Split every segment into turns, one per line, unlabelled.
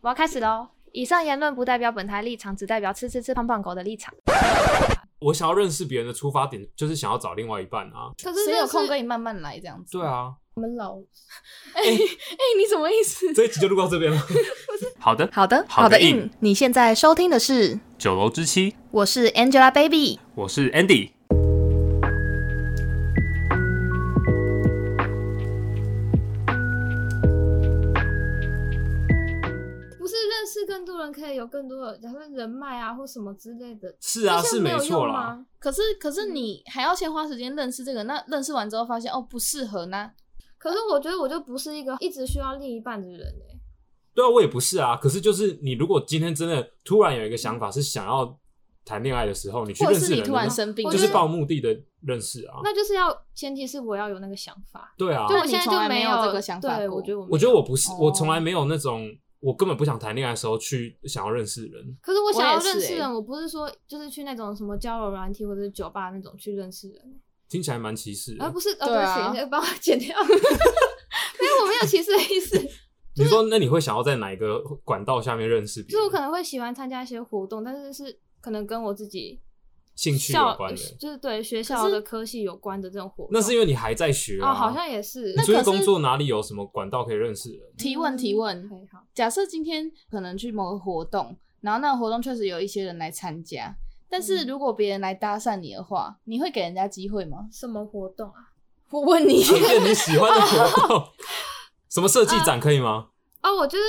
我要开始喽！以上言论不代表本台立场，只代表吃吃吃胖胖狗的立场。
我想要认识别人的出发点就是想要找另外一半啊。
可是
谁
这
有空
是
跟你慢慢来这样子？
对啊，
我们老
哎哎、你什么意思？
这一集就录到这边了。
好的，
好的
好的硬
你现在收听的是，
九楼之妻，
我是 Angelababy。
我是 Andy。
不是认识更多人，可以有更多的，假设人脉啊或什么之类的。
是啊，
这项
是
没
没
有
错
用
啦。
吗。
可是可是你还要先花时间认识这个，那认识完之后发现哦不适合呢，
可是我觉得我就不是一个一直需要另一半的人哎、
对啊，我也不是啊。可是就是你如果今天真的突然有一个想法是想要谈恋爱的时候，你去
或
认识
者是
人
你
的
突然生病
话
我
了，
就
觉
是嗯
得
抱目的的认识啊。
那就是要前提是我要有那个想法。
对啊，
就
我
你
现在
从
就
来没
有
有这个想法
对，
过
我觉得我没有
我觉得我不是，
哦
我从来没有那种我根本不想谈恋爱的时候去想要认识人。
可是我想要
我也是
认识人，
欸
我不是说就是去那种什么交友软体或者是酒吧那种去认识人，
听起来蛮歧视的。
而不是哦，
对啊
对不起，帮我剪掉。 没有，我没有歧视的意思，
你说，那你会想要在哪一个管道下面认识别
就是
人？
我可能会喜欢参加一些活动，但是是可能跟我自己
兴趣有
校
关的，
就是对学校的科系有关的这种活动。
那是因为你还在学啊。
哦，好像也是。
你出去
可是
工作哪里有什么管道可以认识人？
提问提问。
OK，好，嗯
假设今天可能去某个活动，然后那个活动确实有一些人来参加，但是如果别人来搭讪你的话，你会给人家机会吗？
什么活动啊？
我问你，
一个你喜欢的 活动，什么设
啊
计展可以吗？
哦，我觉得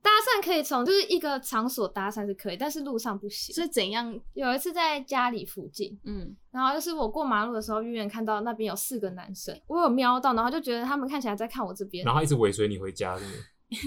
搭讪可以从就是一个场所搭讪是可以，但是路上不行。
是怎样？
有一次在家里附近，
嗯，
然后就是我过马路的时候，远远看到那边有四个男生，我有瞄到，然后就觉得他们看起来在看我这边
然，后一直尾随你回家，是吗？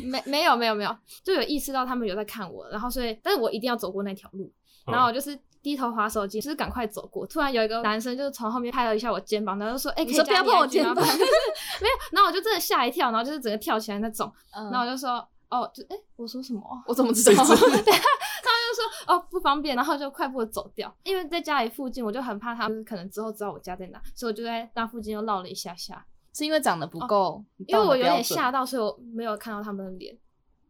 没没有没有没有，就有意识到他们有在看我，然后所以，但是我一定要走过那条路，
嗯
然后我就是低头划手机，就是赶快走过。突然有一个男生就是从后面拍了一下我肩膀，然后就说：“哎、可
你
以
说
加
不要
你
碰我
IG 吗
肩膀
没有，然后我就真的吓一跳，然后就是整个跳起来那种，然
那
后我就说。哦，就哎、我说什么 啊？
我怎么知道？
他就说哦不方便，然后就快步地走掉。因为在家里附近，我就很怕他，就是可能之后知道我家在哪，所以我就在那附近又绕了一下下。
是因为长得不够，
因为我有
到你的标
点
准
吓到，所以我没有看到他们的脸。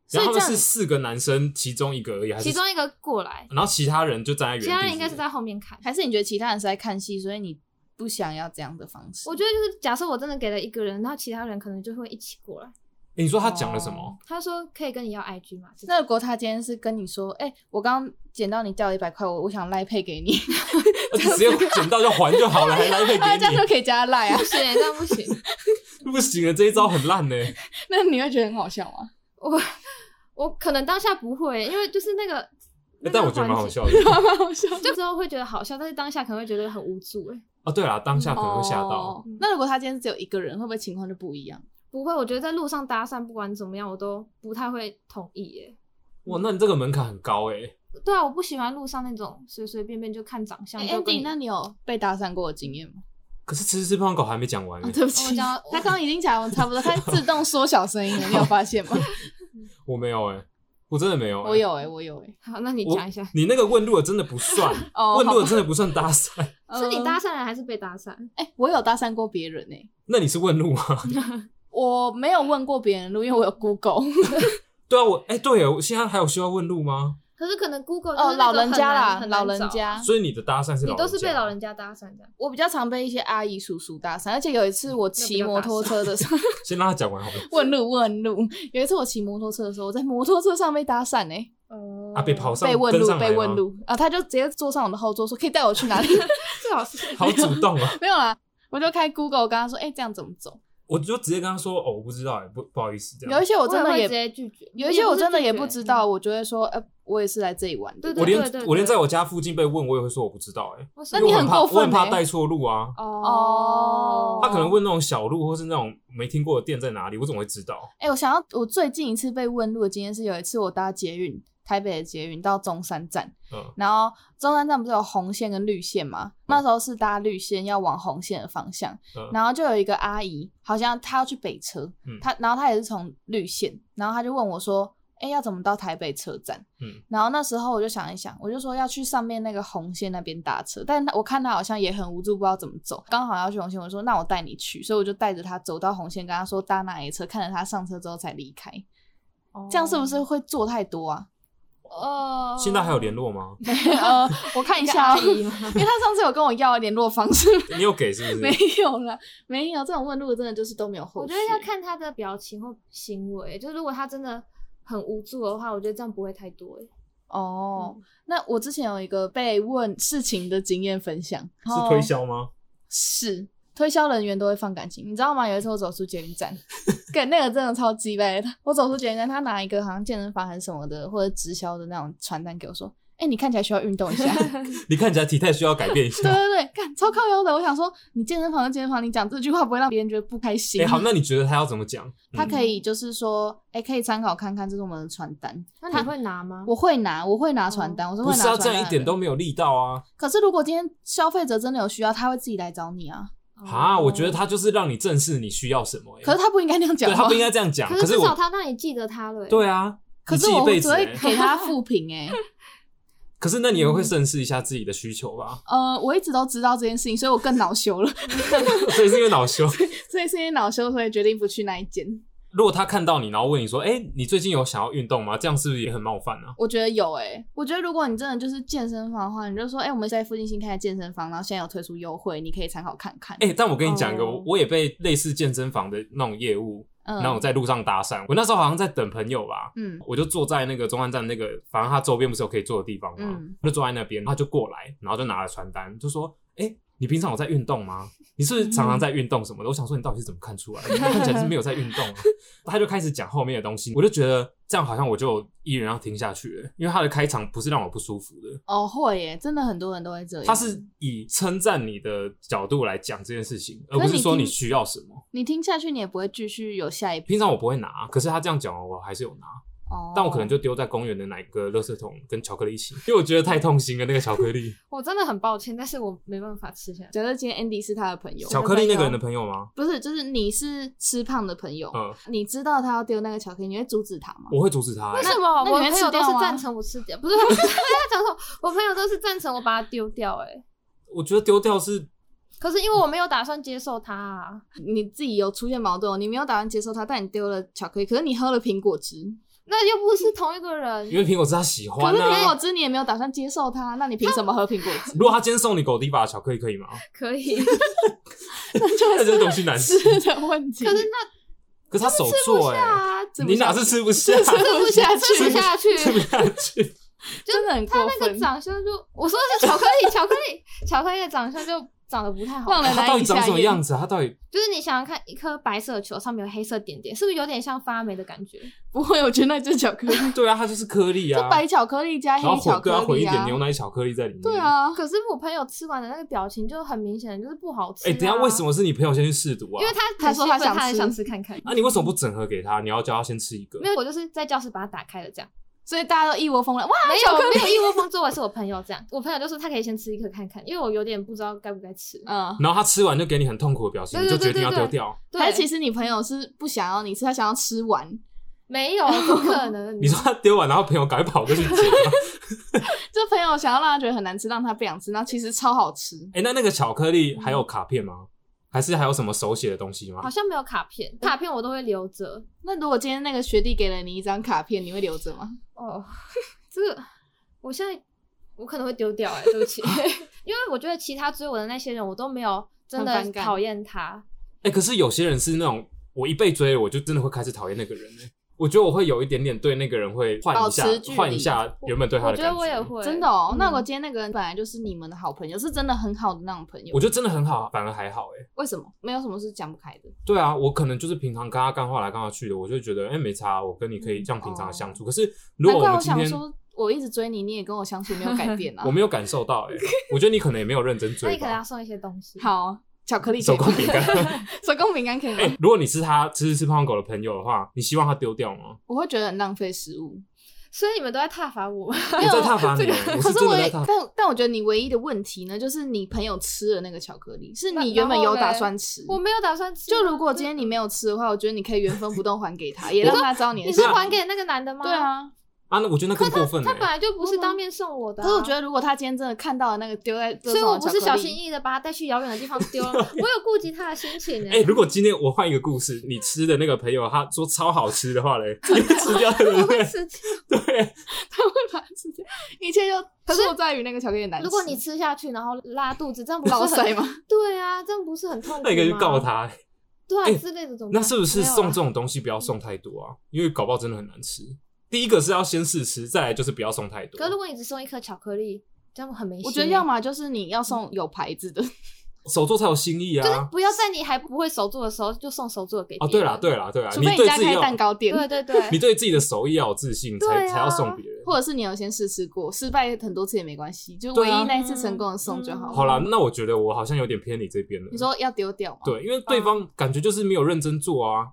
所
然
以
后他们
这样
是四个男生其中一个而已，还是
其中一个过来，
然后其他人就站在原地
其
不，
他人应该是在后面看。
还是你觉得其他人是在看戏，所以你不想要这样的方式？
我觉得就是，假设我真的给了一个人，然后其他人可能就会一起过来。
诶你说他讲了什么
哦？
他说可以跟你要 IG 吗？这种
那如果他今天是啊跟你说，哎、我刚刚捡到你掉了一百块，我我想赖配给你，
而且直 接捡到就还就好了，还来配
这样就
给
可以加赖啊
不？行，这样不行。
你， 不行欸了，这一招很烂欸呢。
那你会觉得很好笑吗？
我我可能当下不会，因为就是那个，那个
但我觉得蛮好笑的
蛮好笑。
环节。就之后会觉得好笑，但是当下可能会觉得很无助。哎，
哦。对啦，当下可能会吓到
哦。那如果他今天只有一个人，会不会情况就不一样？
不会，我觉得在路上搭讪，不管怎么样，我都不太会同意。哎，
哇，那你这个门槛很高欸诶。
对啊，我不喜欢路上那种随随便便就看长相。
哎、
就
n
跟
d y
你
那你有被搭讪过的经验吗？哦
可是吃吃吃胖狗还没讲完欸
啊
呢，
对不
我讲
他刚刚已经讲完差不多，他自动缩小声音了，你有发现 吗？
我没有诶，我真的没有诶。
我有哎、我有哎、
好， 那你
我
讲一下，
你那个问路的真的不 算，
哦
问
好
路的真的不算搭讪。
是你搭
嗯
讪人还是被搭讪？
哎、我有搭讪过别人哎、
那你是问路吗？
我没有问过别人路，因为我有 Google。
对啊，我哎、对耶，我现在还有需要问路吗？
可是可能 Google 就是
哦，
那
老
个
人
很
家
难
啦，
很
老
难
人
找
家，
所以你的搭讪是老
啊你
人
都是被老人
家。
家搭讪的。
我比较常被一些阿姨叔叔搭讪，而且有一
嗯
次我骑摩托车的时 候
先让他讲完好了。
问路问路，有一次我骑摩托车的时候，我在摩托车上被搭讪哎、
哦
啊，被跑上
被问
跟
路
上来
被
吗
问，路啊，他就直接坐上我的后座说可以带我去哪里？
最好是
好主动啊！
没有啦，我就开 Google 跟他说哎、这样怎么走？
我就直接跟他说哦，我不知道哎，不不好意思这
有一
样。
些我
我
真的
也
也
会直接拒绝，
有一些我真的也
不
不
是拒绝嗯
知道，我就会说呃我也是来这里玩的，
对
我连
对对对
我连在我家附近被问，我也会说我不知道哎。
为什
那
么
你
因为我
很
怕
过分
我很怕
欸
带错路啊。
哦
他可能问那种小路，或是那种没听过的店在哪里，我怎么会知道？
哎、我想要，我最近一次被问路的经验是有一次我搭捷运，台北的捷运到中山站，
嗯
然后中山站不是有红线跟绿线吗？那时候是搭绿线要往红线的方向，
嗯
然后就有一个阿姨，好像她要去北车，
嗯
她然后她也是从绿线，然后她就问我说。哎、要怎么到台北车站？
嗯，
然后那时候我就想一想，我就说要去上面那个红线那边搭车，但她我看她好像也很无助，不知道怎么走。刚好要去红线，我说那我带你去，所以我就带着她走到红线，跟她说搭哪里车，看着她上车之后才离开。这样是不是会做太多啊？
哦，
哦现在还有联络吗？
呃，我看一
那个
下、
阿
哦，因
姨吗？
为他上次有跟我要联络方式，
你有给是不
没
是？
有了，没有这种问路真的就是都没有后
我
续。
觉得要看他的表情或行为，就是如果他真的很无助的话，我觉得这样不会太多。嗯哎
哦。那我之前有一个被问事情的经验分享，然
是
后
推销吗？
是推销人员都会放感情，你知道吗？有一次我走出捷运站， 跟那个真的超级掰的。我走出捷运站，他拿一个好像健身房还是什么的，或者直销的那种传单给我说：“哎、你看起来需要运动一下。”
你看起来体态需要改变一下
对。对对，干超靠腰的。我想说，你健身房就健身房，你讲这句话不会让别人觉得不开心。
哎，好，那你觉得他要怎么讲？嗯
他可
以
以就是说，哎、可以参考看看，这是我们的传单。
那你会拿吗？
我会拿，我会拿传单，我是会
不
拿
是啊，
传单。
这样一点都。没有力道啊！
可是如果今天消费者真的有需要，他会自己来找你啊。
哦
啊，我觉得他就是让你正视你需要什么。哎
可是他不应该那样讲啊
对他
话
不。应该这样讲，
可
可
是
是
至少
我
他让你记得他了。哎，
对啊，
可是
你记一
我
辈
只
子
会
欸
给他负 评哎、
可是那你也会正视一下自己的需求 吧？
呃，我一直都知道这件事情，所以我更恼羞了。
所以是因为恼羞。
所以是因为恼羞，所以决定不去那一间。
如果他看到你，然后问你说：“哎、你最近有想要运动吗？”这样是不是也很冒犯啊？
我觉得有哎、我觉得如果你真的就是健身房的话，你就说，哎、我们在附近新开的健身房，然后现在有推出优惠，你可以参考看看。
哎、但我跟你讲一个
哦
我也被类似健身房的那种业务，
嗯
然后我在路上搭讪。我那时候好像在等朋友吧，
嗯
我就坐在那个中山站那个，反正他周边不是有可以坐的地方吗？
嗯
我就坐在那边，他就过来，然后就拿了传单，就说：“哎、你平常有在运动吗？你是不是常常在运动什么的？”我想说你到底是怎么看出来的？你看起来是没有在运动、啊。 他就开始讲后面的东西，我就觉得这样好像我就依然要听下去了，因为他的开场不是让我不舒服的。
哦会耶、真的很多人都会这样。
他是以称赞你的角度来讲这件事情，而
可
不
是
是
你
说你
听
需要什么。
你听下去，你也不会继续有下一步
平常我不会拿，可是他这样讲，我还是有拿，
哦。
但我可能就丢在公园的哪一个垃圾桶跟巧克力一起，因为我觉得太痛心了那个巧克 力。
我真的很抱歉，但是我没办法吃下去。
觉得今天 Andy 是他的朋友，
巧克力那个人的朋友吗？
不是就是你是吃胖的朋友，
嗯，
你知道他要丢那个巧克力，你会阻止他吗？
我会阻止他、
为
欸。
什么
那
我
你会
朋友
吃
都
掉
是
吗
赞成我吃掉？不是， 不是他讲说，我朋友都是赞成我把它丢掉。哎，
我觉得丢掉是
可是因为我没有打算接受它啊。
你自己有出现矛盾哦，你没有打算接受他，但你丢了巧克力，可是你喝了苹果汁，
那又不是同一个人。
因为苹果是他喜
可
欢
是苹果
啊。
汁你也没有打算接受它，那你凭什么喝苹果汁？
如果他今天送你狗迪把巧克力可以 吗？
可以，
那这东西难吃，
是的问题，
可是那
可是他手做哎、
啊，
吃不
你哪
下
是吃不下？
吃不下去，
吃不下去。
吃不下去，
真的很
他
过
那个
分，
长相就，我说的是巧克力， 巧克力，巧克力的长相就长得不太好
让
看。
人
他到
难
底
以
长
下
什么样
咽。
子啊？他到底
就是你想想看，一颗白色的球上面有黑色点点，是不是有点像发霉的感觉？
不会，我觉得那就是巧克力，
对啊，它就是颗粒
就
啊，
白巧克力
哎
加黑
然后
巧
混对啊，
克
混一
力
点
啊。
牛奶巧克力在里面。
对，啊，
可是我朋友吃完的那个表情就很明显，就是不好吃、啊。
哎、等一下为什？么是你朋友先去试毒啊？
因为他
他说他
很兴奋
想
他很
吃
想吃看看。
啊，你为什么不整盒给他？你要叫他先吃一个
没。有，我就是在教室把它打开了，这样
所以大家都一窝蜂了，哇，
啊
没
巧克
有
力，
没有一窝蜂周围是我朋友这样，我朋友就说他可以先吃一颗看看，因为我有点不知道该不该吃。
嗯。
然后他吃完就给你很痛苦的表情，
对对
你就决定要丢掉。
对，
但其实你朋友是不想要你吃，他想要吃完，
没有，不可能。
你说他丢完，然后朋友赶快跑过去捡。
就朋友想要让他觉得很难吃，让他不想吃，然后其实超好吃。
哎、那那个巧克力还有卡片吗？还是还有什么手写的东西
好
吗？
像没有卡片，卡片我都会留着。
那如果今天那个学弟给了你一张卡片，你会留着吗？
哦， 这个我现在我可能会丢掉哎、对不 起， 因为我觉得其他追我的那些人，我都没有真
很
的
反感
讨厌他。
哎、可是有些人是那种，我一被追了，我就真的会开始讨厌那个人、欸。我觉得我会有一点点对那个人会换一下
保持距，离
换一下原本对他
我
的感
觉得我也会
真的哦、那如果
嗯
今天那个人本来就是你们的好朋友，是真的很好的那种朋友
我，觉得真的很好，反而还好哎、
为什么没有什么是讲不开的？
对啊，我可能就是平常跟他干话来干话去的，我就觉得哎、没差，我跟你可以这样平常的相处。可是如
难
果我
怪
们
我
今
想
天
说，我一直追你，你也跟我相处没有改变啊
我。没有感受到哎、我觉得你可能也没有认真
那
追
你可能要
吧。
送一些东西。，
好，巧克力可
手
以吗
工饼，干，
手工饼干可以
哎、
吗？
如果你是他吃吃吃胖狗的朋友的话，你希望他丢掉吗？
我会觉得很浪费食物。
所以你们都在挞伐我 吗。
我在踏伐你，欸我
可
是
是
真
我
的
也，
在踏
但
伐。
但我觉得你唯一的问题呢，就是你朋友吃了那个巧克力，是
那
你原本
然后
有
嘞
打算吃。
我没有打算吃啊。
就如果今 天你没有吃的话，我觉得你可以原封不动还给他，也让他知道你的
你
心
是
意。
还给那个男的吗？
对，啊，
啊，那我觉得那更过分了
他
欸、
本来就不是当面送我的啊、
可是我觉得，如果他今天真的看到了那个丢在，
所以我不是小心
翼翼。
翼翼的把它带去遥远的地方丢 了，我有顾及他的心情呢、欸
哎、如果今天我换一个故事，你吃的那个朋友他说超好吃的话嘞， 你会吃掉对 不对？
是，
对，
他会把它吃掉， 一切就
可是
错在于那个巧克力的难吃。
如果你吃下去然后拉肚子，这样不是
老塞
很
吗？
对啊，这样不是很痛苦吗？
那个就告，他、
对啊、
哎
之类的怎么办？
那是不是
没有啊
送这种东西不要送太多啊？因为搞不好真的很难吃。第一个是要先试吃，再来就是不要送太多
可。是如果你只送一颗巧克力，这样很没欸心。
我觉得要么就是你要送有牌子的，
手做才有心意
就是
啊！
不要在你还不会手做的时候就送手做的给别
哦，
人。
对啦，对啦，对啦，
除
你
非
对
家
自己
开
要，
蛋糕店，
对对对
你对自己的手艺要有自信，才、
对啊
才要送别人。
或者是你有先试吃过，失败很多次也没关系，就
对
唯
啊
一那一次成功的送就好了。
好啦，
嗯
那我觉得我好像有点偏你这边了。
你说要丢掉吗？，
对，因为
嗯
对方感觉就是没有认真做啊。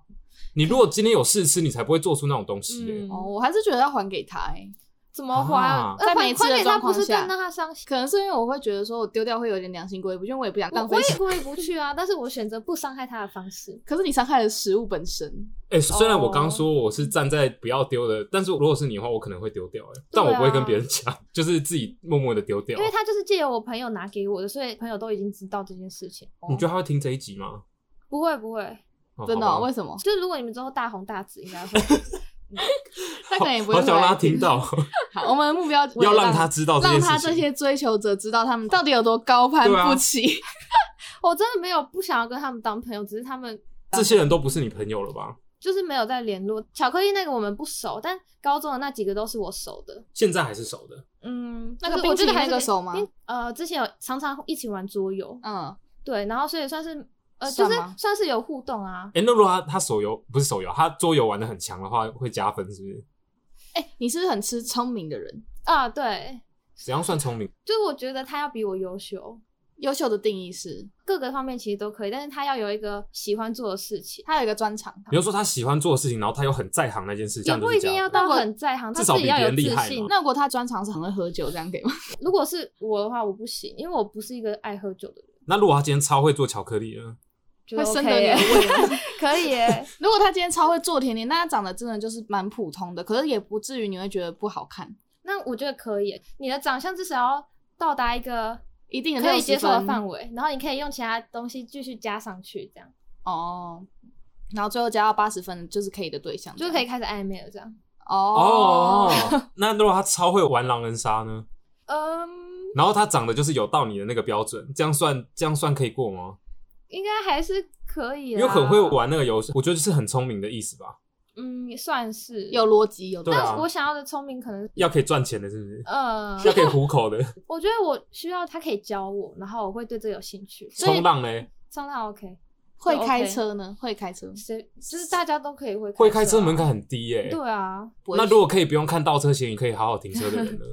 你如果今天有试吃，你才不会做出那种东西、欸。
嗯，
哦，我还是觉得要还给他、欸，
怎么还？
啊
呃
在
还
没吃
还
的
给他
状
不
况
是
下
更让他伤心。
可能是因为我会觉得说我丢掉会有点良心过意不去，因为我也不想
我
浪费
我也
钱。
过意不去啊，但是我选择不伤害他的方式。
可是你伤害了食物本身，
哎、虽然我刚
哦
说我是站在不要丢的，但是如果是你的话，我可能会丢掉、欸。但我不会跟别人讲，就是自己默默的丢
啊
掉啊
因。为他就是借由我朋友拿给我的，所以朋友都已经知道这件事情。哦
你觉得他会听这一集吗？
不会不会，
哦
真的
好
哦、
吧
为什么？
就是如果你们之后大红大紫，应该会。
他可能也不会
好想让
回来
他听到，
好我们的目标
要让他知道这
让
件事情。
他这些追求者知道他们到底有多高攀
对啊
不起。
我真的没有不想要跟他们当朋友，只是他们
这些人都不是你朋友了吧？
就是没有在联络。巧克力那个我们不熟，但高中的那几个都是我熟的。
现在还是熟的。
嗯，
那个
就是我觉
冰淇
得
淋
还
那个
是
熟吗
冰呃，之前有常常一起玩桌游，
嗯，
对，然后所以算是呃，就
算
是
吗
算是有互动啊。
哎、那如果他他手游不是手游，他桌游玩的很强的话，会加分是不是？
哎、你是不是很吃聪明的人？
啊，对，
怎样算聪明？
就是我觉得他要比我优秀，
优秀的定义是，
各个方面其实都可以，但是他要有一个喜欢做的事情，
他有一个专长，
比如说他喜欢做的事情，然后他又很在行那件事，这
也
样就
不
是
一
加
定要
分
到很在行，他
至少
自己
比
要
别
有
人厉
自
害
信
嘛。
那如果他专长是很会喝酒，这样给吗？
如果是我的话，我不行，因为我不是一个爱喝酒的人，
那如果他今天超会做巧克力呢？
就
会
OK
深得你
耶
的胃吗。
可以耶。
如果他今天超会做甜点，那他长得真的就是蛮普通的，可是也不至于你会觉得不好看，
那我觉得可以耶，你的长相至少要到达一个
一定的
可以接受的
60分
范围，然后你可以用其他东西继续加上去，这样
哦。然后最后加到八十分就是可以的对象，
就
这
可
样
以开始暧昧了。这样，
哦。
哦，那如果他超会玩狼人杀呢？
嗯，
然后他长得就是有到你的那个标准，这样算这样算可以过吗？
应该还是可以
因
啦。
为很会，玩那个游戏，我觉得就是很聪明的意思吧。
嗯，也算是
有。逻辑有道
对
理，
啊
但我想要的聪明，可能
要可以赚钱的，是不是？
呃，
要
哦
可以糊口的，
我觉得我需要他可以教我，然后我会对这个有兴趣。
以
冲浪嘞，
冲浪 OK，
会开
OK
车呢，会开车，
谁就是大家都可以会
会
开
开车
啊
门槛。很低耶、
对啊，
不会
那如果可以不用看倒车线，也可以好好停车的人 呢？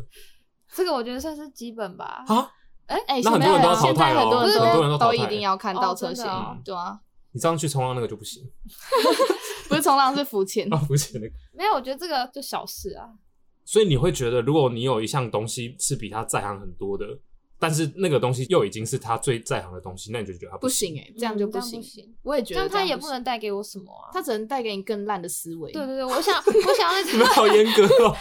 这个我觉得算是基本吧。
啊，
哎，
那
现
很多人都要
在
淘
现
汰
在
了
很
哦
多人
很多人都
都
淘汰
一定要看
哦
倒
真的
车线
哦，
对啊，
你上去冲浪那个就不行，
不是冲浪是浮潜
啊，，不行那个。
没有，我觉得这个就小事啊。
所以你会觉得，如果你有一项东西是比他在行很多的，但是那个东西又已经是他最在行的东西，那你就觉得他
不
行
行哎，这样就
嗯
不
这样
行
不。行，
我也觉
这
得
样他也
不
不
行
能带给我什么啊。
他只嗯能带给你更烂的思维。
对对对， 我想，我想要，
你们 好严格哦、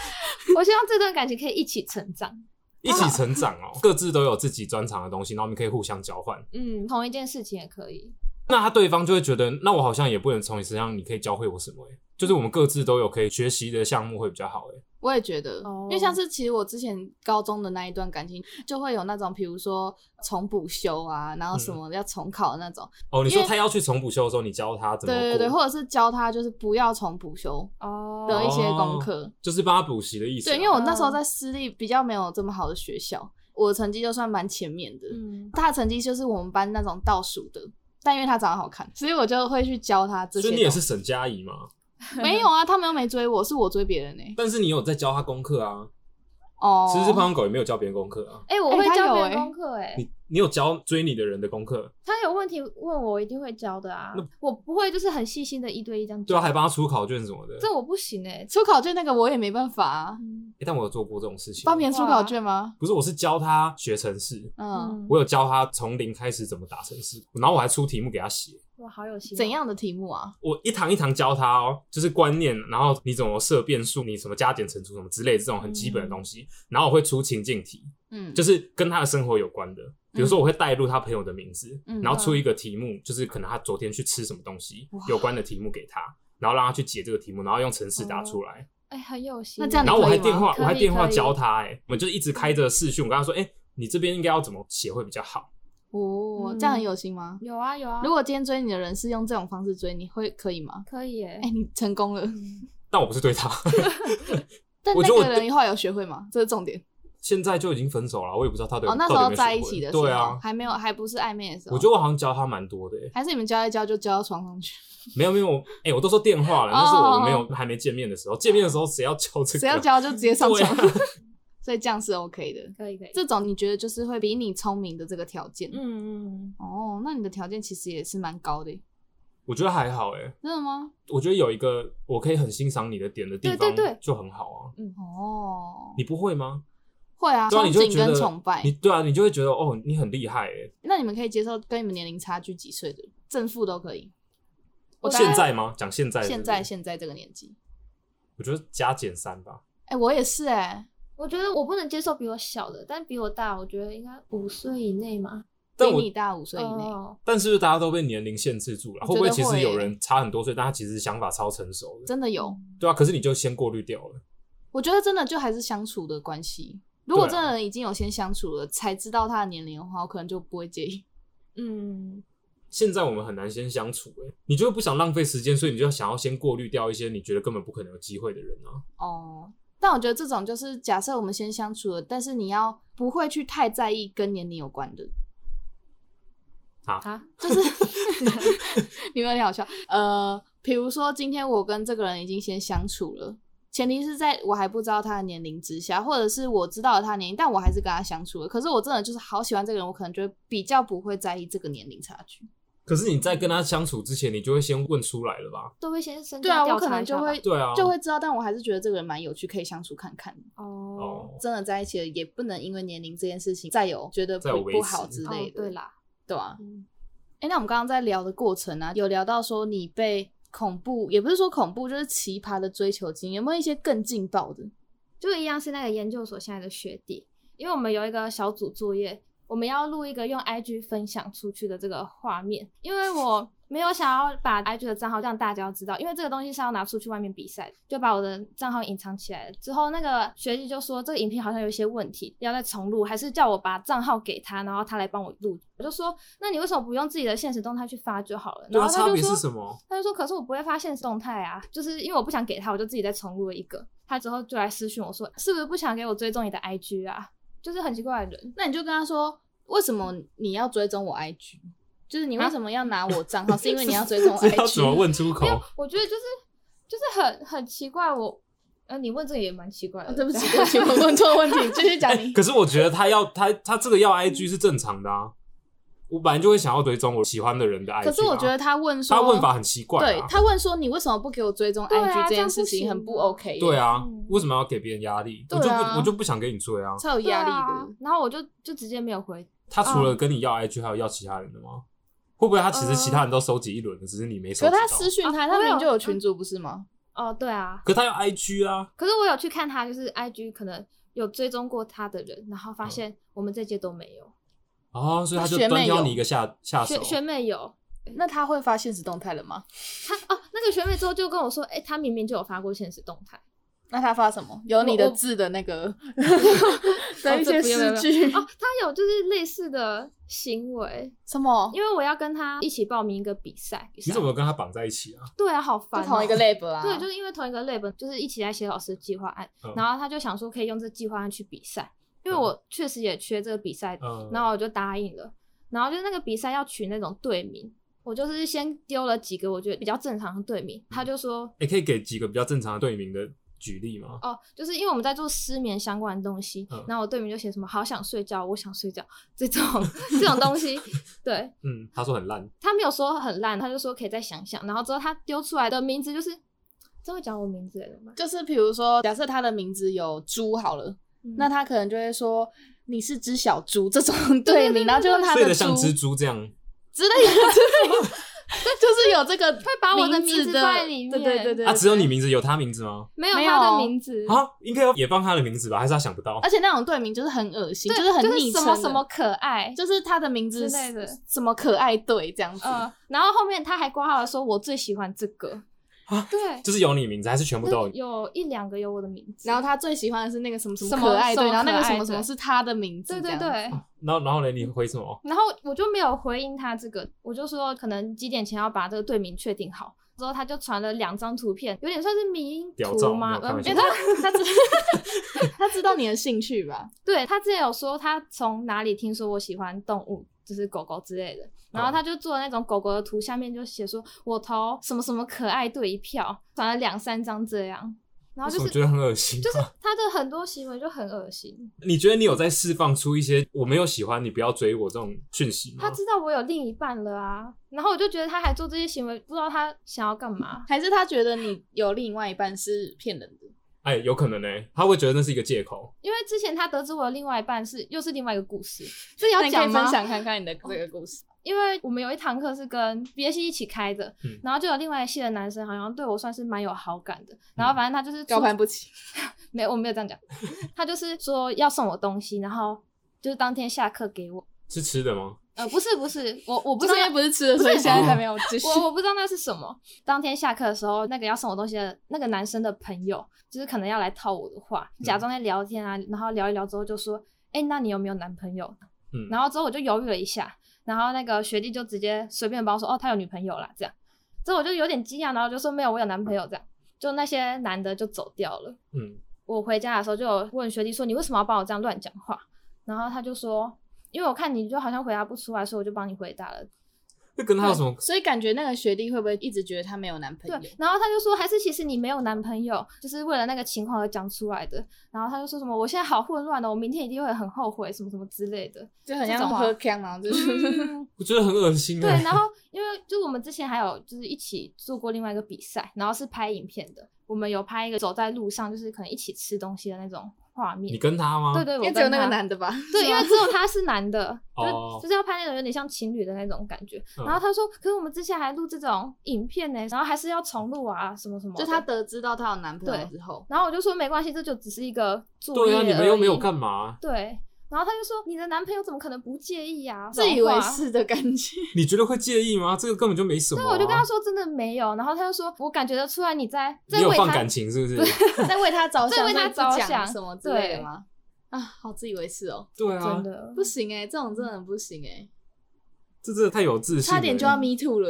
我希望这段感情可以一起成长。
一起成长哦、各自都有自己专长的东西，然后我们可以互相交换。
嗯，同一件事情也可以。
那他对方就会觉得，那我好像也不能从你身上，你可以教会我什么、欸？就是我们各自都有可以学习的项目会比较好、欸。
我也觉得，
哦
因为像是其实我之前高中的那一段感情，就会有那种比如说重补修啊，然
嗯
后什么要重考的那种，
哦，你
因
说
为
他要去重补修的时候，你教他怎么
对
过，
对对，或者是教他就是不要重补修
哦
的一些功
哦
课。
就是帮他补习的意思啊、
对，因为我那
嗯
时候在私立比较没有这么好的学校，我的成绩就算蛮前面的，
嗯，
他的成绩就是我们班那种倒数的。但因为他长得好看，所以我就会去教他这些
所
东
以
西。
你也是沈佳宜嘛，
没有啊？他们又没追我，是我追别人 呢、
但是你有在教他功课啊。
哦，
其实胖狗也没有教别人功课啊，
哎、我会
哎他
教别
有
人
哎
功课、哎、
你你有教追你的人的功课，
他有问题问我，我一定会教的啊
那。
我不会就是很细心的一对一这样
对
教。
啊，还帮他出考卷什么的。
这我不行哎、
出考卷那个我也没办法、啊，
嗯
欸但我有做过这种事情，
帮别人出考
哇
卷吗？
不是，我是教他学程式，
嗯，
我有教他从零开始怎么打程式，然后我还出题目给他写，
哇，好有心哦。
怎样的题目啊？
我一堂一堂教他哦，就是观念，然后你怎么设变数，你什么加减乘除什么之类这种很基本的东西，然后我会出情境题，
嗯，
就是跟他的生活有关的。比如说，我会带入他朋友的名字，
嗯
然后出一个题目，就是可能他昨天去吃什么东西
哇
有关的题目给他，然后让他去解这个题目，然后用程式答出来。
哎，很有心。
哦那这样你
然后我
可以
还
吗
电话，
可以
我还电话
可以
教他、哎，我们就一直开着视讯，我跟他说，哎、你这边应该要怎么写会比较好？
哦，
嗯
这样很有心吗？
有啊有啊，
如果今天追你的人是用这种方式追，你会可以吗？
可以欸耶
哎、，你成功了，
但我不是对 他，
但
我
那
觉得我
个人后来有学会吗？这是重点。
现在就已经分手了，我也不知道他对
哦，那时
到
候
底有没有
在
学
一起
会
的时候，哦
对啊，
还没有，还不是暧昧的时候。
我觉得我好像教他蛮多的、哎
还是你们交一交就交到床上去，
没有没有，哎、我都说电话了，
哦
那是我们没有还没见面的时候，见面的时候谁要教这个？
只要交就直接上
啊对
床，
啊
所以这样是 OK 的。
可以可以。
这种你觉得就是会比你聪明的这个条件，
嗯嗯
哦，那你的条件其实也是蛮高的耶，
我觉得还好、哎，
真的吗？
我觉得有一个我可以很欣赏你的点的地方，
对对对
就很好啊。
哦，
你不会吗？
会啊，
对啊，
憧
你就会
憬
觉得
跟崇拜
你。对啊，你就会觉得哦，你很厉害哎。
那你们可以接受跟你们年龄差距几岁的人正负都可以。我大
哦
概
现在吗？讲现在是不是，
现在现在这个年纪，
我觉得加减三吧。
哎、我也是哎、
我觉得我不能接受比我小的，但比我大，我觉得应该五岁以内嘛。
但
比
我呃
你大五岁以内。
哦
但是不是大家都被年龄限制住了？
我
会不会
觉得
其实
会
有人差很多岁，但他其实想法超成熟的？
真的有。
对啊，可是你就先过滤掉了。
我觉得真的就还是相处的关系。如果
对啊
这个人已经有先相处了，才知道他的年龄的话，我可能就不会介意。
嗯，
现在我们很难先相处、欸，你就不想浪费时间，所以你就想要先过滤掉一些你觉得根本不可能有机会的人啊。
哦，但我觉得这种就是假设我们先相处了，但是你要不会去太在意跟年龄有关的，
啊，
就是 你们有点好笑。呃，比如说今天我跟这个人已经先相处了。前提是在我还不知道他的年龄之下，或者是我知道了他的年龄，但我还是跟他相处了。可是我真的就是好喜欢这个人，我可能就会比较不会在意这个年龄差距。
可是你在跟他相处之前，你就会先问出来了吧？
都会先身
对啊，
家调
我可
查
能
一
就
下吧。
会
对啊，
就会知道，但我还是觉得这个人蛮有趣，可以相处看看的。
哦
哦。
真的在一起了，也不能因为年龄这件事情再有觉得
再有
不
维
不好
持
之
哦
类的，
对啦，
对啊。
嗯
哎、那我们刚刚在聊的过程啊，有聊到说你被恐怖，也不是说恐怖，就是奇葩的追求经验，有没有一些更劲爆的？
就一样是那个研究所现在的学弟，因为我们有一个小组作业，我们要录一个用 IG 分享出去的这个画面，因为我没有想要把 IG 的账号让大家知道，因为这个东西是要拿出去外面比赛的，就把我的账号隐藏起来了。之后那个学弟就说这个影片好像有一些问题，要再重录，还是叫我把账号给他，然后他来帮我录。我就说那你为什么不用自己的现实动态去发就好了？
对
然
啊，
后他
差
就
别
说
是什么？
他就说：“可是我不会发现实动态啊，就是因为我不想给他，我就自己再重录了一个。”他之后就来私讯我说：“是不是不想给我追踪你的 IG 啊？”就是很奇怪的人。
那你就跟他说，为什么你要追踪我 IG？就是你为什么要拿我账号？是因为你要追踪 我
这要怎么
IG？
问出口
没？有，我觉得就是就是很很奇怪。我，呃，你问这个也蛮奇怪的。
哦 对不起，对不起，我问错问题，继续 讲你。
可是我觉得他要他他这个要 IG 是正常的啊。我本来就会想要追踪我喜欢的人的 IG，、啊、
可是我觉得他问说，
他问法很奇怪、
对
啊。
他问说你为什么不给我追踪
对啊
IG、这
这样
件
不
事情
行
很不
啊
OK 耶。
对啊
嗯，
为什么要给别人压力？我就
对啊
不我就不想给你追啊。
超有
对
压力
啊
的。
然后我就就直接没有回。
他除了跟你要
嗯
IG，还有要其他人的吗？会不会他其实其他人都收集一轮了，只是你没收
嗯
集
可是
到？
他私讯他，
啊
他
我
明明
有
就有群主不是吗？
哦，对啊。
可他有 IG 啊，
可是我有去看他，就是 IG 可能有追踪过他的人，然后发现我们这届都没有。
哦，所以他就
学妹
端
有
挑你一个下下手
学。学妹有，
那他会发现实动态了吗？
她哦，那个学妹之后就跟我说：“哎、她明明就有发过现实动态。”
那他发什么？有你的
我
字的那 个
哦
的一
这
些
不用不用
诗句
哦，他有就是类似的行为，
什么？
因为我要跟他一起报名一个比赛。
啊
你怎么跟他绑在一起啊？
对啊，好烦、
就
哦。
同一个 lab 啊？
对，就是因为同一个 lab，就是一起来写老师的计划案，
嗯
然后他就想说可以用这计划案去比赛，因为我确实也缺这个比赛，
嗯，
然后我就答应了。然后就是那个比赛要取那种队名，我就是先丢了几个我觉得比较正常的队名，
嗯
他就说
也、可以给几个比较正常的队名的举例吗？
哦，就是因为我们在做失眠相关的东西，
嗯
然后我队名就写什么好想睡觉，我想睡觉这种这种东 西，对
嗯，他说很烂，
他没有说很烂，他就说可以再想想，然后之后他丢出来的名字就是真会讲我名字耶怎么办？
就是比如说，假设他的名字有猪好了，那
嗯
他可能就会说你是只 小猪这种
对
队
对
名，
对
然后就用他
睡
的
得
猪
像蜘蛛这样。
之类的。 就是有这个会
把我的名字
的
放在里面
对对对对，
啊，只有
对
你。名字，有他名字吗？
没有
没
他的
有
名字，
啊，应该也放他的名字吧？还是他想不到
而？且那种队名就是很恶心，
对
是很
就是
昵
什
称
么
的
什么，可爱，
就是他的名字
之类的
是什么可爱队这样子。
呃，然后后面他还挂号说，我最喜欢这个
啊，
对，
就是有你名字，还是全部都有
那
你？
有一两个有我的名字，
然后他最喜欢的是那个什么什么
什么
可爱
什
队，
么
然后那个
可
什
爱
么什么
队
是他的名字，
对对
这样子，
对，
然后然后呢？你回什么？
然后我就没有回应他这个，我就说可能几点前要把这个队名确定好。之后他就传了两张图片，有点算是迷因
屌
图
照
吗？
没有开玩笑
因为他他 之
他知道你的兴趣 吧？
对他之前有说他从哪里听说我喜欢动物，就是狗狗之类的，然
嗯
后他就做了那种狗狗的图，下面就写说我投什么什么可爱队一票，传了两三张这样，然后就
我
是
觉得很恶心。
就是他的很多行为就很恶心。
你觉得你有在释放出一些我没有喜欢你，不要追我这种讯息吗
他？知道我有另一半了啊，然后我就觉得他还做这些行为，不知道他想要干嘛。
还是他觉得你有另外一半是骗人的？
哎、有可能呢、他会觉得那是一个借口。
因为之前他得知我有另外一半是又是另外一个故事，这要
那你可
讲
以
吗
分？享看看你的这个故事。
因为我们有一堂课是跟别系一起开的，
嗯
然后就有另外一系的男生好像对我算是蛮有好感的，然后
嗯
反正他就是
高攀
不
不起，
没有我没有这样讲，他就是说要送我东西，然后就是当天下课给我，
是吃的吗？
呃不是不是我我不
不
知
是
道
因为
那
不是哦吃的，所以现在才没有继续。
我我不知道那是什么。当天下课的时候，那个要送我东西的那个男生的朋友，就是可能要来套我的话，
嗯
假装在聊天啊，然后聊一聊之后就说：“哎、那你有没有男朋友？”
嗯，
然后之后我就犹豫了一下，然后那个学弟就直接随便帮我说，哦，他有女朋友啦，这样。之后我就有点惊讶，然后就说没有，我有男朋友这样。就那些男的就走掉了。
嗯，
我回家的时候就有问学弟说，你为什么要帮我这样乱讲话？然后他就说，因为我看你就好像回答不出来，所以我就帮你回答了。
那跟他有什么？
所以感觉那个学弟会不会一直觉得他没有男朋友？
对，然后他就说，还是其实你没有男朋友，就是为了那个情况而讲出来的。然后他就说什么，我现在好混乱哦的，我明天一定会很后悔，什么什么之类的。
就很
这
像
种啊
喝康，然后就是
嗯
我觉得很恶心、
对
啊。，
然后因为就我们之前还有就是一起做过另外一个比赛，然后是拍影片的，我们有拍一个走在路上，就是可能一起吃东西的那种画
你
面。
跟他吗？
对对，
因
我
为
跟
只有那个
他，
男的吧？
对，因为只有他是男的，
哦
就就是要拍那种有点像情侣的那种感觉。
嗯
然后他说，可是我们之前还录这种影片呢，然后还是要重录啊，什么什么的。
就他得知到她有男朋友
对
之后，
然后我就说没关系，这就只是一个作
对
业
啊，你们又没
而
有
已
干嘛？
对。然后他就说：“你的男朋友怎么可能不介意啊？”
自以为
是。
是的感觉。
你觉得会介意吗？这个根本就没什么、啊。
对，我就跟他说真的没有，然后他就说，我感觉得出来你在在
你有
为
放
他
感情是 不是？
在为他着
在
想，
为他
所以不
着想
讲什么之类的吗？啊，好自以为是哦，
对啊
真，的
不行哎、这种真的很不行哎、
这真的太有自信了。
差点就要 me too 了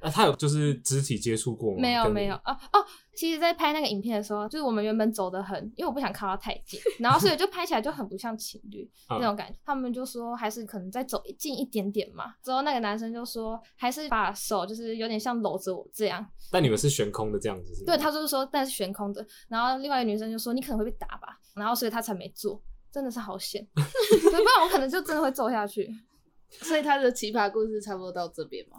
哎、
啊，他有就是肢体接触过吗？
没有
跟你
没有。哦哦，其实，在拍那个影片的时候，就是我们原本走得很，因为我不想靠他太近，然后所以就拍起来就很不像情 侣
嗯
那种感觉。他们就说还是可能再走近一点点嘛。之后那个男生就说还是把手就是有点像搂着我这样，
但你们是悬空的这样子是吗？
对，他就是说但是悬空的。然后另外一个女生就说你可能会被打吧，然后所以他才没做，真的是好险， 不然我可能就真的会揍下去。
所以他的奇葩故事差不多到这边嘛。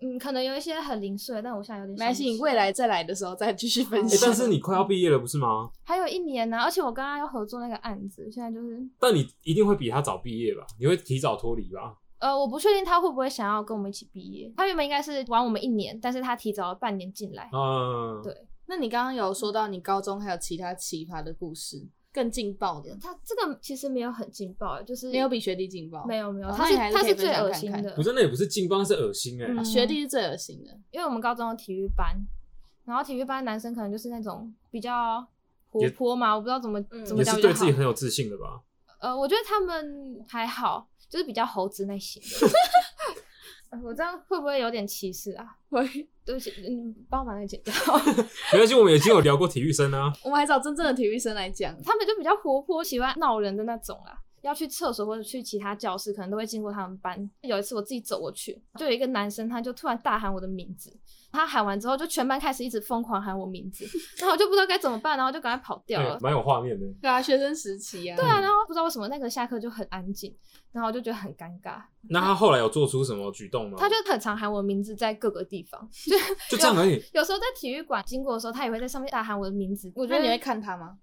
嗯，可能有一些很零碎，但我现在有点
没
想
关
不
系，
起
你未来再来的时候再继续分
诶
享。
哎但是你快要毕业了不是吗？
还有一年呢、而且我跟他要合作那个案子，现在就是
但你一定会比他早毕业吧？你会提早脱离吧？
呃，我不确定他会不会想要跟我们一起毕业。他原本应该是晚我们一年，但是他提早了半年进
哦
来。
嗯，
对
那你刚刚有说到你高中还有其他奇葩的故事，更劲爆的，
他这个其实没有很劲爆，就是
没有比学弟劲爆，
没有没有，
哦
他
那
是
你还
他
可以
是
分
最
享看
恶
看
心的。
不是，那也不是劲爆，那是恶心哎、
嗯
学弟是最恶心的，
因为我们高中有体育班，然后体育班的男生可能就是那种比较活
也
泼嘛，我不知道怎么
嗯
怎么
也
讲
是
比较
对
好
自己。很有自信的吧？
呃，我觉得他们还好，就是比较猴子类型的。 呃我这样会不会有点歧视啊？
会。
对不起，嗯，帮我把那个剪掉。
没关系，我们已经有聊过体育生啊。
我们还找真正的体育生来讲，
他们就比较活泼，喜欢闹人的那种啦。要去厕所或者去其他教室，可能都会经过他们班。有一次我自己走过去，就有一个男生，他就突然大喊我的名字。他喊完之后，就全班开始一直疯狂喊我名字，然后我就不知道该怎么办，然后就赶快跑掉了
哎。蛮有画面的。
对啊，学生时期啊，
对啊，然后不知道为什么那个下课就很安静，然后我就觉得很尴尬。
那他后来有做出什么举动吗？
他就很常喊我名字在各个地方，就
就这样而已，
有时候在体育馆经过的时候，他也会在上面大喊我的名字。我觉
那
得
你会看他吗？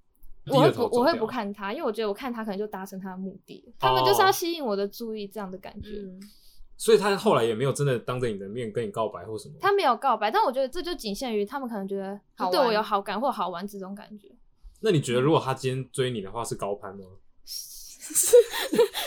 我
低
会
着头
不
走
我会
掉
不看
哦嗯
他，因为我觉得我看他可能就达成他的目的了。他们就是要吸引我的注意，这样的感觉。
所以他后来也没有真的当着你的面跟你告白或什么。
他没有告白，但我觉得这就仅限于他们可能觉得
好玩
对我有好感或好玩这种感觉。
那你觉得如果他今天追你的话是高攀吗？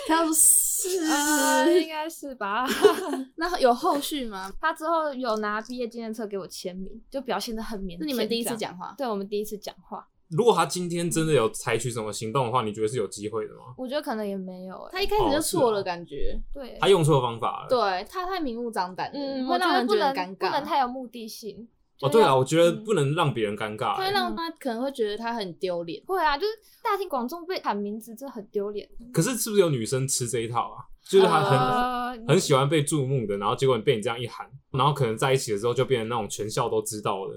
他说是
呃，应该是吧。
那有后续吗？
他之后有拿毕业纪念册给我签名，就表现的很腼腆。
是你们第一次
这样？
讲话？
对，我们第一次讲话，
如果他今天真的有采取什么行动的话，你觉得是有机会的吗？
我觉得可能也没有、欸。
他一开始
哦
就是错
哦
了，感觉、
对，
他用错方法了。
对他太明目张胆了，
嗯，
会
我
让
得
人
不
觉得
能
很尴
不能
尬。
太有目的性。
哦，
就
对啊，
要
我觉得
嗯
不能让别人尴尬、
会
欸
让他可能会觉得他很丢脸，
会啊，就是大庭广众被喊名字，真的很丢脸。
可是是不是有女生吃这一套啊？就是她很、
呃
很喜欢被注目的，然后结果你被你这样一喊，然后可能在一起的时候就变成那种全校都知道的。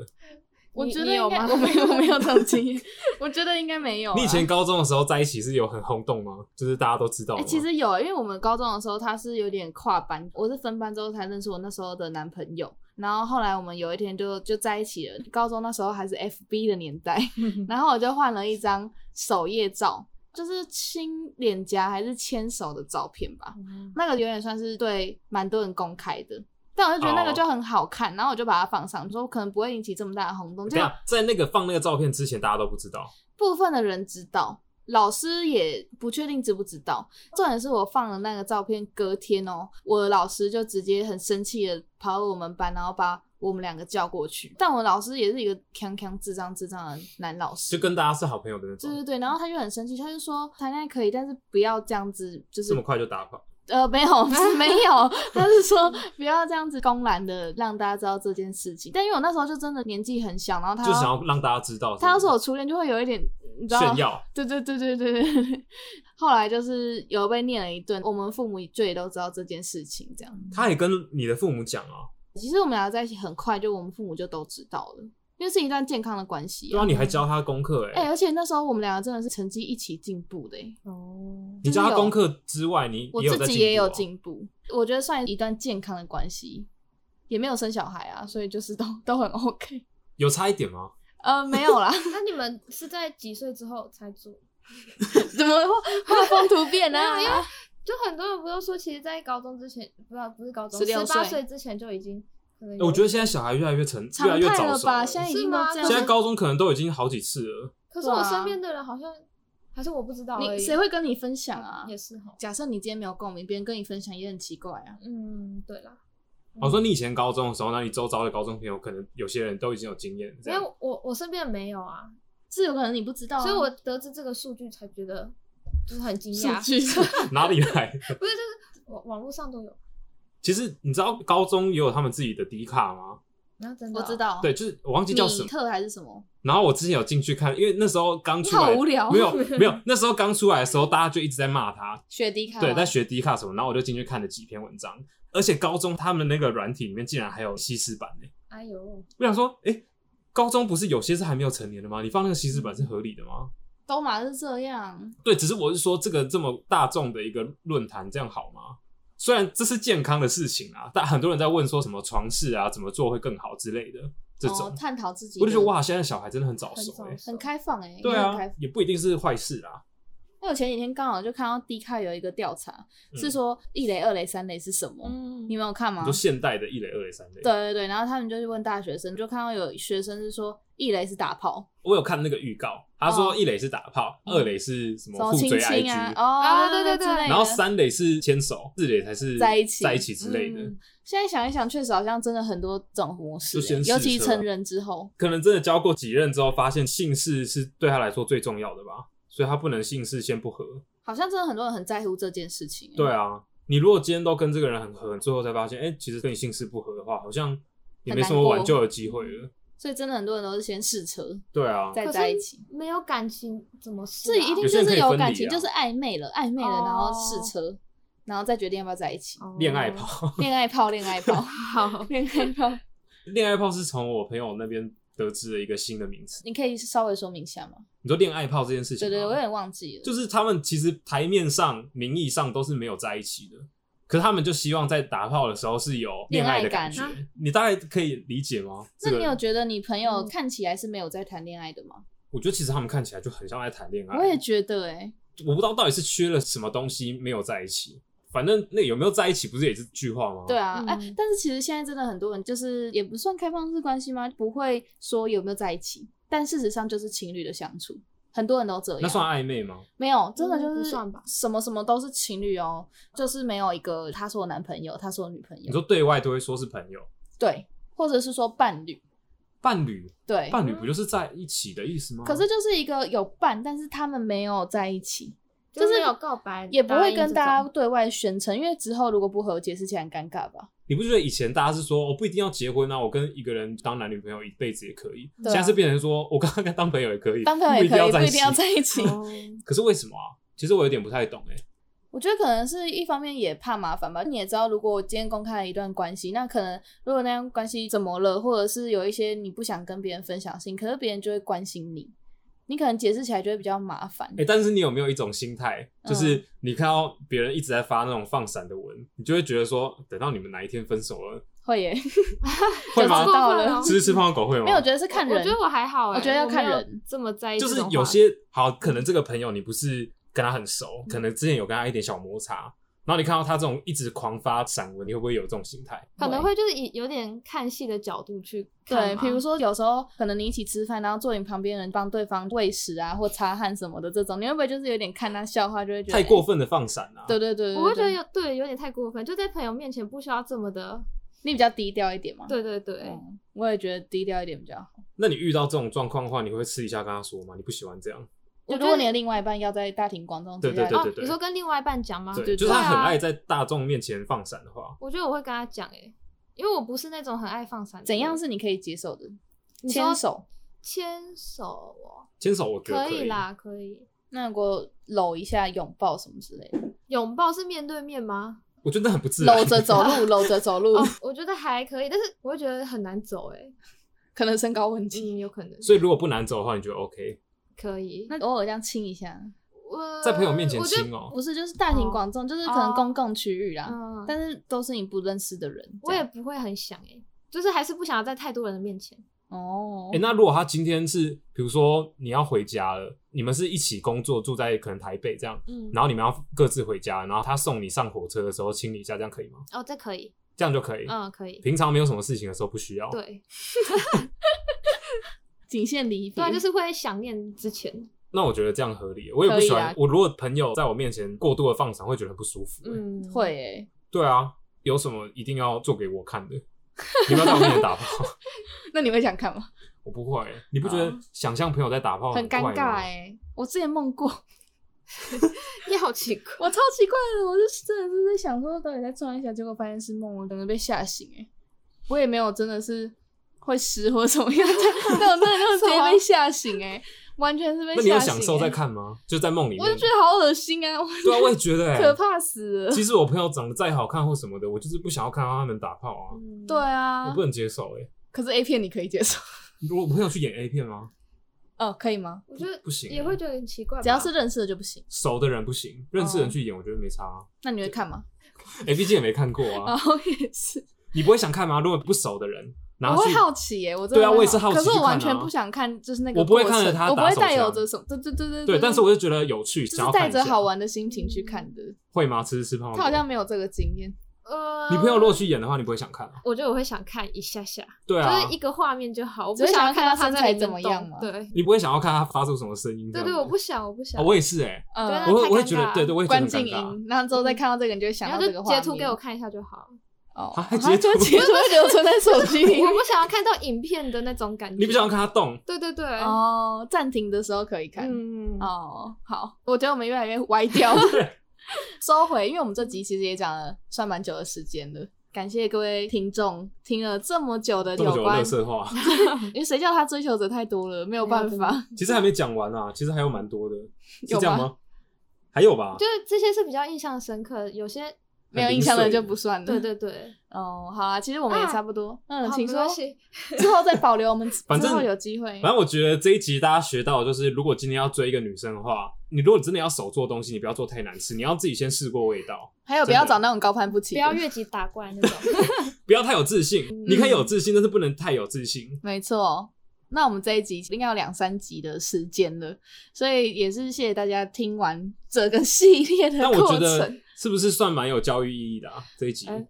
我
你
觉
你
得应
有
该
吗
我没有我没 有这种经验，我觉得应该没有啊。
你以前高中的时候在一起是有很轰动吗？就是大家都知道
哎、
的吗、
其实有，因为我们高中的时候他是有点跨班，我是分班之后才认识我那时候的男朋友，然后后来我们有一天就就在一起了。高中那时候还是 FB 的年代， 然后我就换了一张首页照，就是亲脸颊还是牵手的照片吧，那个有点算是对蛮多人公开的。但我就觉得那个
哦
就很好看然后我就把它放上，说可能不会引起这么大的轰动。
等
就
一下在那个放那个照片之前，大家都不知道。
部分的人知道，老师也不确定知不知道。重点是我放了那个照片，隔天哦，我的老师就直接很生气的跑到我们班，然后把我们两个叫过去。但我老师也是一个锵锵智障智障的男老
就
师。
跟大家是好朋友的那
对
种，
对对，然后他就很生气，他就说谈恋爱可以，但是不要这样子，就
这
是
么快就打垮。
呃，没有，不是没有，他是说不要这样子公然的让大家知道这件事情。但因为我那时候就真的年纪很小，然后他
就想要让大家知道是不是
啊他要是我初恋，就会有一点你知道
炫耀，
对对对对对对。 后来就是有被念了一顿，我们父母就也都知道这件事情，这样。
他也跟你的父母讲啊，
其实我们俩在一起很快，就我们父母就都知道了，因为是一段健康的关系、
对啊，你还。教他功课
哎、
哎、
而且那时候我们两个真的是成绩一起进步的、哎
哦，
你教他功课之外，你
我
也有
自
在
己也有
进步啊
进步，我觉得算一段健康的关系，也没有生小孩啊，所以就是都都很 OK。
哦，有差一点吗？
呃，没有啦，
那你们是在几岁之后才做？
怎么画画风突变呢、啊
没有因为就很多人不都说，其实，在高中之前，不知道不是高中，十
16
八
岁
岁之前就已经可能
哎
有。
我觉得现在小孩越来越成，越来
常
越
态
早
了
熟
吧？
了。
现在已
是
经都
吗
这
在
样
现
子
在高中可能都已经好几次了，
可是
对
我
啊
身边的人好像，还是我不知道而
你
已。
谁会跟你分享啊？
也是哈。
假设你今天没有共鸣，别人跟你分享也很奇怪啊。
嗯，对啦，
我说你以前高中的时候，那你周遭的高中朋友，可能有些人都已经有经验，这
因
样
为我我身边没有啊，
是有可能你不知道啊、
所以我得知这个数据才觉得就是很惊
数
讶。
据
哪里来？
不是，就是网网络上都有。
其实你知道高中也有他们自己的低卡吗？
然后真的
我
哦，
知道，啊
对，就是我忘记叫什
米
么。
特还是什么？
然后我之前有进去看，因为那时候刚出来，
你好无聊
没有没有，那时候刚出来的时候，大家就一直在骂他，
雪迪卡
对，在学低卡什么，然后我就进去看了几篇文章，而且高中他们那个软体里面竟然还有西施版呢、
哎呦，
我想说，哎、高中不是有些是还没有成年的吗？你放那个西施版是合理的吗？
都马是这样，
对，只是我是说这个这么大众的一个论坛，这样好吗？虽然这是健康的事情啊，但很多人在问说什么床事啊，怎么做会更好之类的这种，
哦、探讨自己，
我就觉得，哇，现在小孩真的很早
很
熟
早
哎、
很开放哎、欸，
对
很
啊
开放，
也不一定是坏事啊。
因为我前几天刚好就看到 D 卡有一个调查，
嗯
是说一垒、二垒、三垒是什么？
嗯
你没有看吗
你说？现代的一垒、二垒、三垒，
对对对，然后他们就是问大学生，就看到有学生是说一垒是打炮，
我有看那个预告，他说
哦
一垒是打炮，二垒是什
什
么
么
互
亲
追 IG，
亲啊，哦
啊，对对对
之类的
然后三垒是牵手，四垒才是
在一起
在一起之类的。
嗯现在想一想，确实好像真的很多种模式
就先
欸，
试
尤其
车啊
成人之后，
可能真的交过几任之后，发现姓氏是对他来说最重要的吧，所以他不能姓氏先不合。
好像真的很多人很在乎这件事情欸。
对啊，你如果今天都跟这个人很合，最后才发现，哎、其实跟你姓氏不合的话，好像也没什么
很难过
挽救的机会了。
所以真的很多人都是先试车
对啊，
再
可是
在一起，
没有感情怎么试
这
啊？
一定
有些
就
人可
是
以
有
分
感
离
情，
啊
就是暧昧了，暧昧了，然后试
哦
车，然后再决定要不要在一起，
哦
恋爱炮，
恋爱泡，恋爱 泡，
好，
恋爱泡，
恋爱炮是从我朋友那边得知了一个新的名词。
你可以稍微说明一下吗？
你说恋爱炮这件事情
对
吗，
对，我有点忘记了，
就是他们其实台面上、名义上都是没有在一起的，可是他们就希望在打炮的时候是有恋爱的感觉。
恋爱
你大概可以理解吗？
那
这
你有
个，
觉得你朋友
嗯
看起来是没有在谈恋爱的吗？
我觉得其实他们看起来就很像在谈恋爱。
我也觉得，哎，
我不知道到底是缺了什么东西没有在一起。反正那有没有在一起不是也是句话吗？
对啊，哎、
嗯
但是其实现在真的很多人就是也不算开放式关系吗？不会说有没有在一起，但事实上就是情侣的相处，很多人都这样。
那算啊暧昧吗？
没有，真的
嗯
就
不
是
算吧
什么什么都是情侣哦，就是没有一个他是我男朋友，他是我女朋
你
友，
说对外都会说是朋友、
对，或者是说伴侣，
伴侣，
对。
伴侣不就是在一起的意思吗？
可是就是一个有伴，但是他们没有在一起，
就是没有告白，
也不会跟大
答应
家
这种
对外宣称，因为之后如果不和解释起来很尴尬吧？
你不觉得以前大家是说我不一定要结婚啊，我跟一个人当男女朋友一辈子也可以，
对啊
现在是变成说我刚刚跟他当朋友也可以，
当朋友也
不
可
一
以，
定要
不
在
一
一
定要
起。
在一起。
哦
可是为什么啊？其实我有点不太懂哎、
我觉得可能是一方面也怕麻烦吧。你也知道，如果我今天公开了一段关系，那可能如果那段关系怎么了，或者是有一些你不想跟别人分享的事情，可是别人就会关心你，你可能解释起来就会比较麻烦
哎、。但是你有没有一种心态，
嗯
就是你看到别人一直在发那种放闪的文，你就会觉得说，等到你们哪一天分手了，
会耶，
会
知
吗？
道
过分
了
哦。
吃吃胖胖狗会吗？
没啊有，我觉得是看人。
我觉得我还好哎、
我觉得要看人
我没有这么在意
就
这种
是
话题，
有些好，可能这个朋友你不是跟他很熟，可能之前有跟他一点小摩擦，然后你看到他这种一直狂发散文，你会不会有这种心态？
可能会就是以有点看戏的角度去看
对，
嘛
比如说有时候可能你一起吃饭，然后坐你旁边的人帮对方喂食啊，或擦汗什么的这种，你会不会就是有点看他笑话就会觉得
太过
分？
分的放闪啊！
对对对对对
我会觉得有对有点太过分，就在朋友面前不需要这么的，
你比较低调一点嘛。
对对对，
嗯，我也觉得低调一点比较好。
那你遇到这种状况的话，你会私底下跟他说吗？你不喜欢这样？
我
就如
觉
果
得
你的另外一半要在大庭广众之
对对
下，
对
哦，你说跟另外一半讲吗？
对，
对
就是他
对啊
很爱在大众面前放闪的话，
我觉得我会跟他讲哎、因为我不是那种很爱放闪的人，
怎样是你可以接受的？
你说
牵手。
牵手哦，
牵手我觉得
可
可
以啦，可以。
那如果搂一下、拥抱什么之类的，
拥抱是面对面 吗？
我觉得很不自然。
搂着走路，搂着走路
哦，我觉得还可以，但是我会觉得很难走哎、
可能身高问题。
嗯，有可能
所以如果不难走的话，你觉得 OK？
可以。
那偶尔这样亲一下，
我
在朋友面前
我觉得
亲哦、
不是就是大庭广众，就是可能
哦
公共区域啦，
嗯，
但是都是你不认识的人。
我也不会很想哎、就是还是不想要在太多人的面前。
这样哦
哎、，那如果他今天是，比如说你要回家了，你们是一起工作，住在可能台北这样，
嗯，
然后你们要各自回家，然后他送你上火车的时候亲你一下，这样可以吗？
哦，这可以，
这样就可以。哦
嗯，可以。
平常没有什么事情的时候不需要。，
对
仅限离别。
对啊，就是会想念之前。
那我觉得这样合理。我也不喜欢，
可以啊
我如果朋友在我面前过度的放闪，会觉得很不舒服、欸。
嗯，
会诶，
对啊，有什么一定要做给我看的？ 你不要在我面前打炮，
那你会想看吗？
我不会。你不觉得想象朋友在打炮
很
哦怪
尴
吗
尬哎，我之前梦过，
你好奇 怪。
我超奇怪的，我就是真的是在想说到底在做一下，结果发现是梦，我整个被吓醒哎、欸我也没有真的是会湿或什么样的，那我那那我直接被吓醒哎、欸完全是
那
被吓
你
醒、欸。
有享受在？看吗？就在梦里面。
我就觉得好恶心啊！我
对啊，我也觉得、欸、
可怕死了。
其实我朋友长得再好看或什么的，我就是不想要看到他们打炮啊，
嗯
对，
我
啊
不，能接受哎、欸。
可是 A 片你可以接受
我朋友去演 A 片吗？
哦，可以吗？
我觉 得
不行欸
也会觉得很奇怪吧。
只要是认识的就不行。
熟的人不行，认识人
哦
去演，我觉得没差、啊。
那你会看吗？
哎、毕竟也没看过
啊，
啊，
我也是，
你不会想看吗？如果不熟的人，然
我
后
会
去
好奇欸耶、我真的
对啊
会
我也是好奇
可是我
去看
完全
啊
不想看，就是那个
我不会
过程
看着他
我不会
打手
带有
枪
着什么，对对对对
对，
对，
但是我就觉得有趣，
就
想
是
要
带
看一
着
下。
好玩的心情去看的。
会吗？吃吃吃胖胖。
他好像没有这个经验，
呃，
你朋友如果去演的话，你不会想看啊？
我觉得我会想看一下下，
对啊
就是，一个画面就好，我
只
不
是想要
要
看
到
他身
在
材
里面
怎么样
动
嘛
对
你不会想要看他发出什么声音这
对
样子？
对，我不想，我不想
啊，。我也是哎，
对
嗯，
啊
我会
太尴
我
尬
也觉得，对对，我也觉得
关
很尴
静
尬。
音，然后之后再看到这个，你就会想
然
到
后
这
就
个画
截
面。
图给我看一下就好。
哦，
啊还
啊
截
就
图
截 图会留存在手机里
我。 不想要看到影片的那种感觉。
你不想要？看他动？
对对对。
哦，暂停的时候可以看。
嗯，
哦，好，我觉得我们越来越歪掉。 收回，因为我们这集其实也讲了算蛮久的时间了。感谢各位听众听了这么久的
这么
有
久
关
的，色话，
因为谁叫他追求者太多了，没有办法。
其实还没讲完啊，其实还有蛮多的，是
有
这样
吗
吗？还有吧
嗯就，是这些是比较印象深刻，有些
嗯
没有印象的就不算了。
对对对，
哦，好啊，其实我们也差不多。嗯，
好
请
没
说
关。系
之后再保留，我们之
反正
后有机会
反。正我觉得这一集大家学到，的就是如果今天要追一个女生的话，你如果真的要手做东西，你不要做太难吃，你要自己先试过味道，
还有不
真的
要找那种高攀不起
不
的，
要越级打怪那种。 嗯
不要太有自信。你可以有自信，但是不能太有自信。
没错，那我们这一集应该有两三集的时间了，所以也是谢谢大家听完这个系 列的
但我
过
觉得
程。
是不是算蛮有教育意义的啊？这一集
哎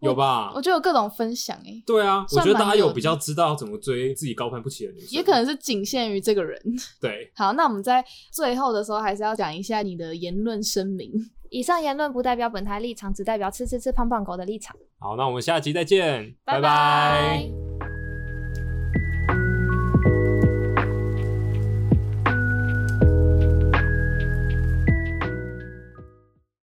有吧
我？觉得有各种分享欸诶、
对啊，我
算
觉得大家
蛮有
有比较知道怎么追自己高攀不起的女生，
也可能是仅限于这个人。
对。
好，那我们在最后的时候还是要讲一下你的言论声明。
以上言论不代表本台立场，只代表吃吃吃胖胖狗的立场。
好，那我们下集再见，
拜
拜
拜
拜